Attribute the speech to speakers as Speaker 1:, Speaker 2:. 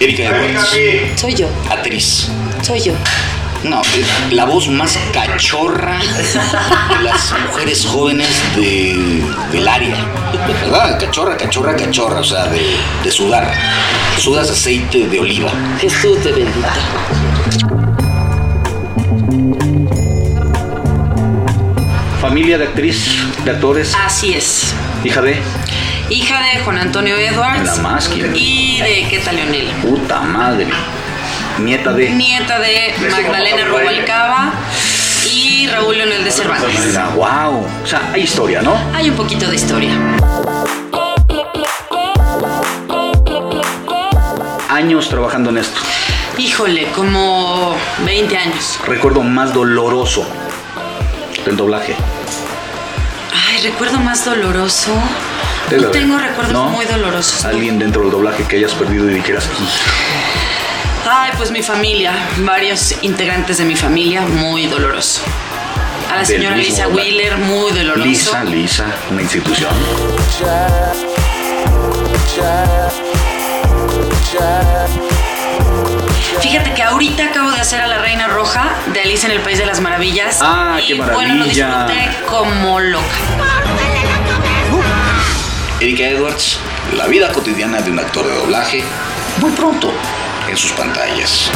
Speaker 1: Erika Edwards,
Speaker 2: Soy yo,
Speaker 1: actriz.
Speaker 2: soy yo.
Speaker 1: No, es la voz más cachorra de las mujeres jóvenes de, del área. ¿Verdad? Cachorra, cachorra, cachorra, o sea, de, de sudar. Sudas aceite de oliva.
Speaker 2: Jesús te bendita.
Speaker 3: Familia de actriz, de actores,
Speaker 4: Así es.
Speaker 3: hija de.
Speaker 4: Hija de Juan Antonio
Speaker 3: Nada
Speaker 4: Edwards.
Speaker 3: más, ¿quién?
Speaker 4: Y de Queta Leonela.
Speaker 3: Puta madre. Nieta de.
Speaker 4: Nieta de Magdalena Rubalcaba y Raúl Leonel de Cervantes.
Speaker 3: Wow. O sea, hay historia, ¿no?
Speaker 4: Hay un poquito de historia.
Speaker 3: Años trabajando en esto.
Speaker 4: Híjole, como 20 años.
Speaker 3: Recuerdo más doloroso del doblaje.
Speaker 4: Ay, recuerdo más doloroso.
Speaker 3: Es la-
Speaker 4: No tengo recuerdos
Speaker 3: ¿No?
Speaker 4: muy dolorosos.
Speaker 3: Alguien dentro del doblaje que hayas perdido y dijeras,
Speaker 4: Ay, pues mi familia, varios integrantes de mi familia, muy doloroso. A la
Speaker 3: Del
Speaker 4: señora
Speaker 3: mismo
Speaker 4: Lisa
Speaker 3: doblaje.
Speaker 4: Wheeler, muy doloroso.
Speaker 3: Lisa, Lisa, una institución.
Speaker 4: Fíjate que ahorita acabo de hacer a la Reina Roja de Alicia en el País de las Maravillas.
Speaker 3: Ah,
Speaker 4: y
Speaker 3: qué
Speaker 4: Bueno, lo
Speaker 3: maravilla.
Speaker 4: disfruté como loca.
Speaker 1: Erika Edwards, la vida cotidiana de un actor de doblaje, muy pronto en sus pantallas.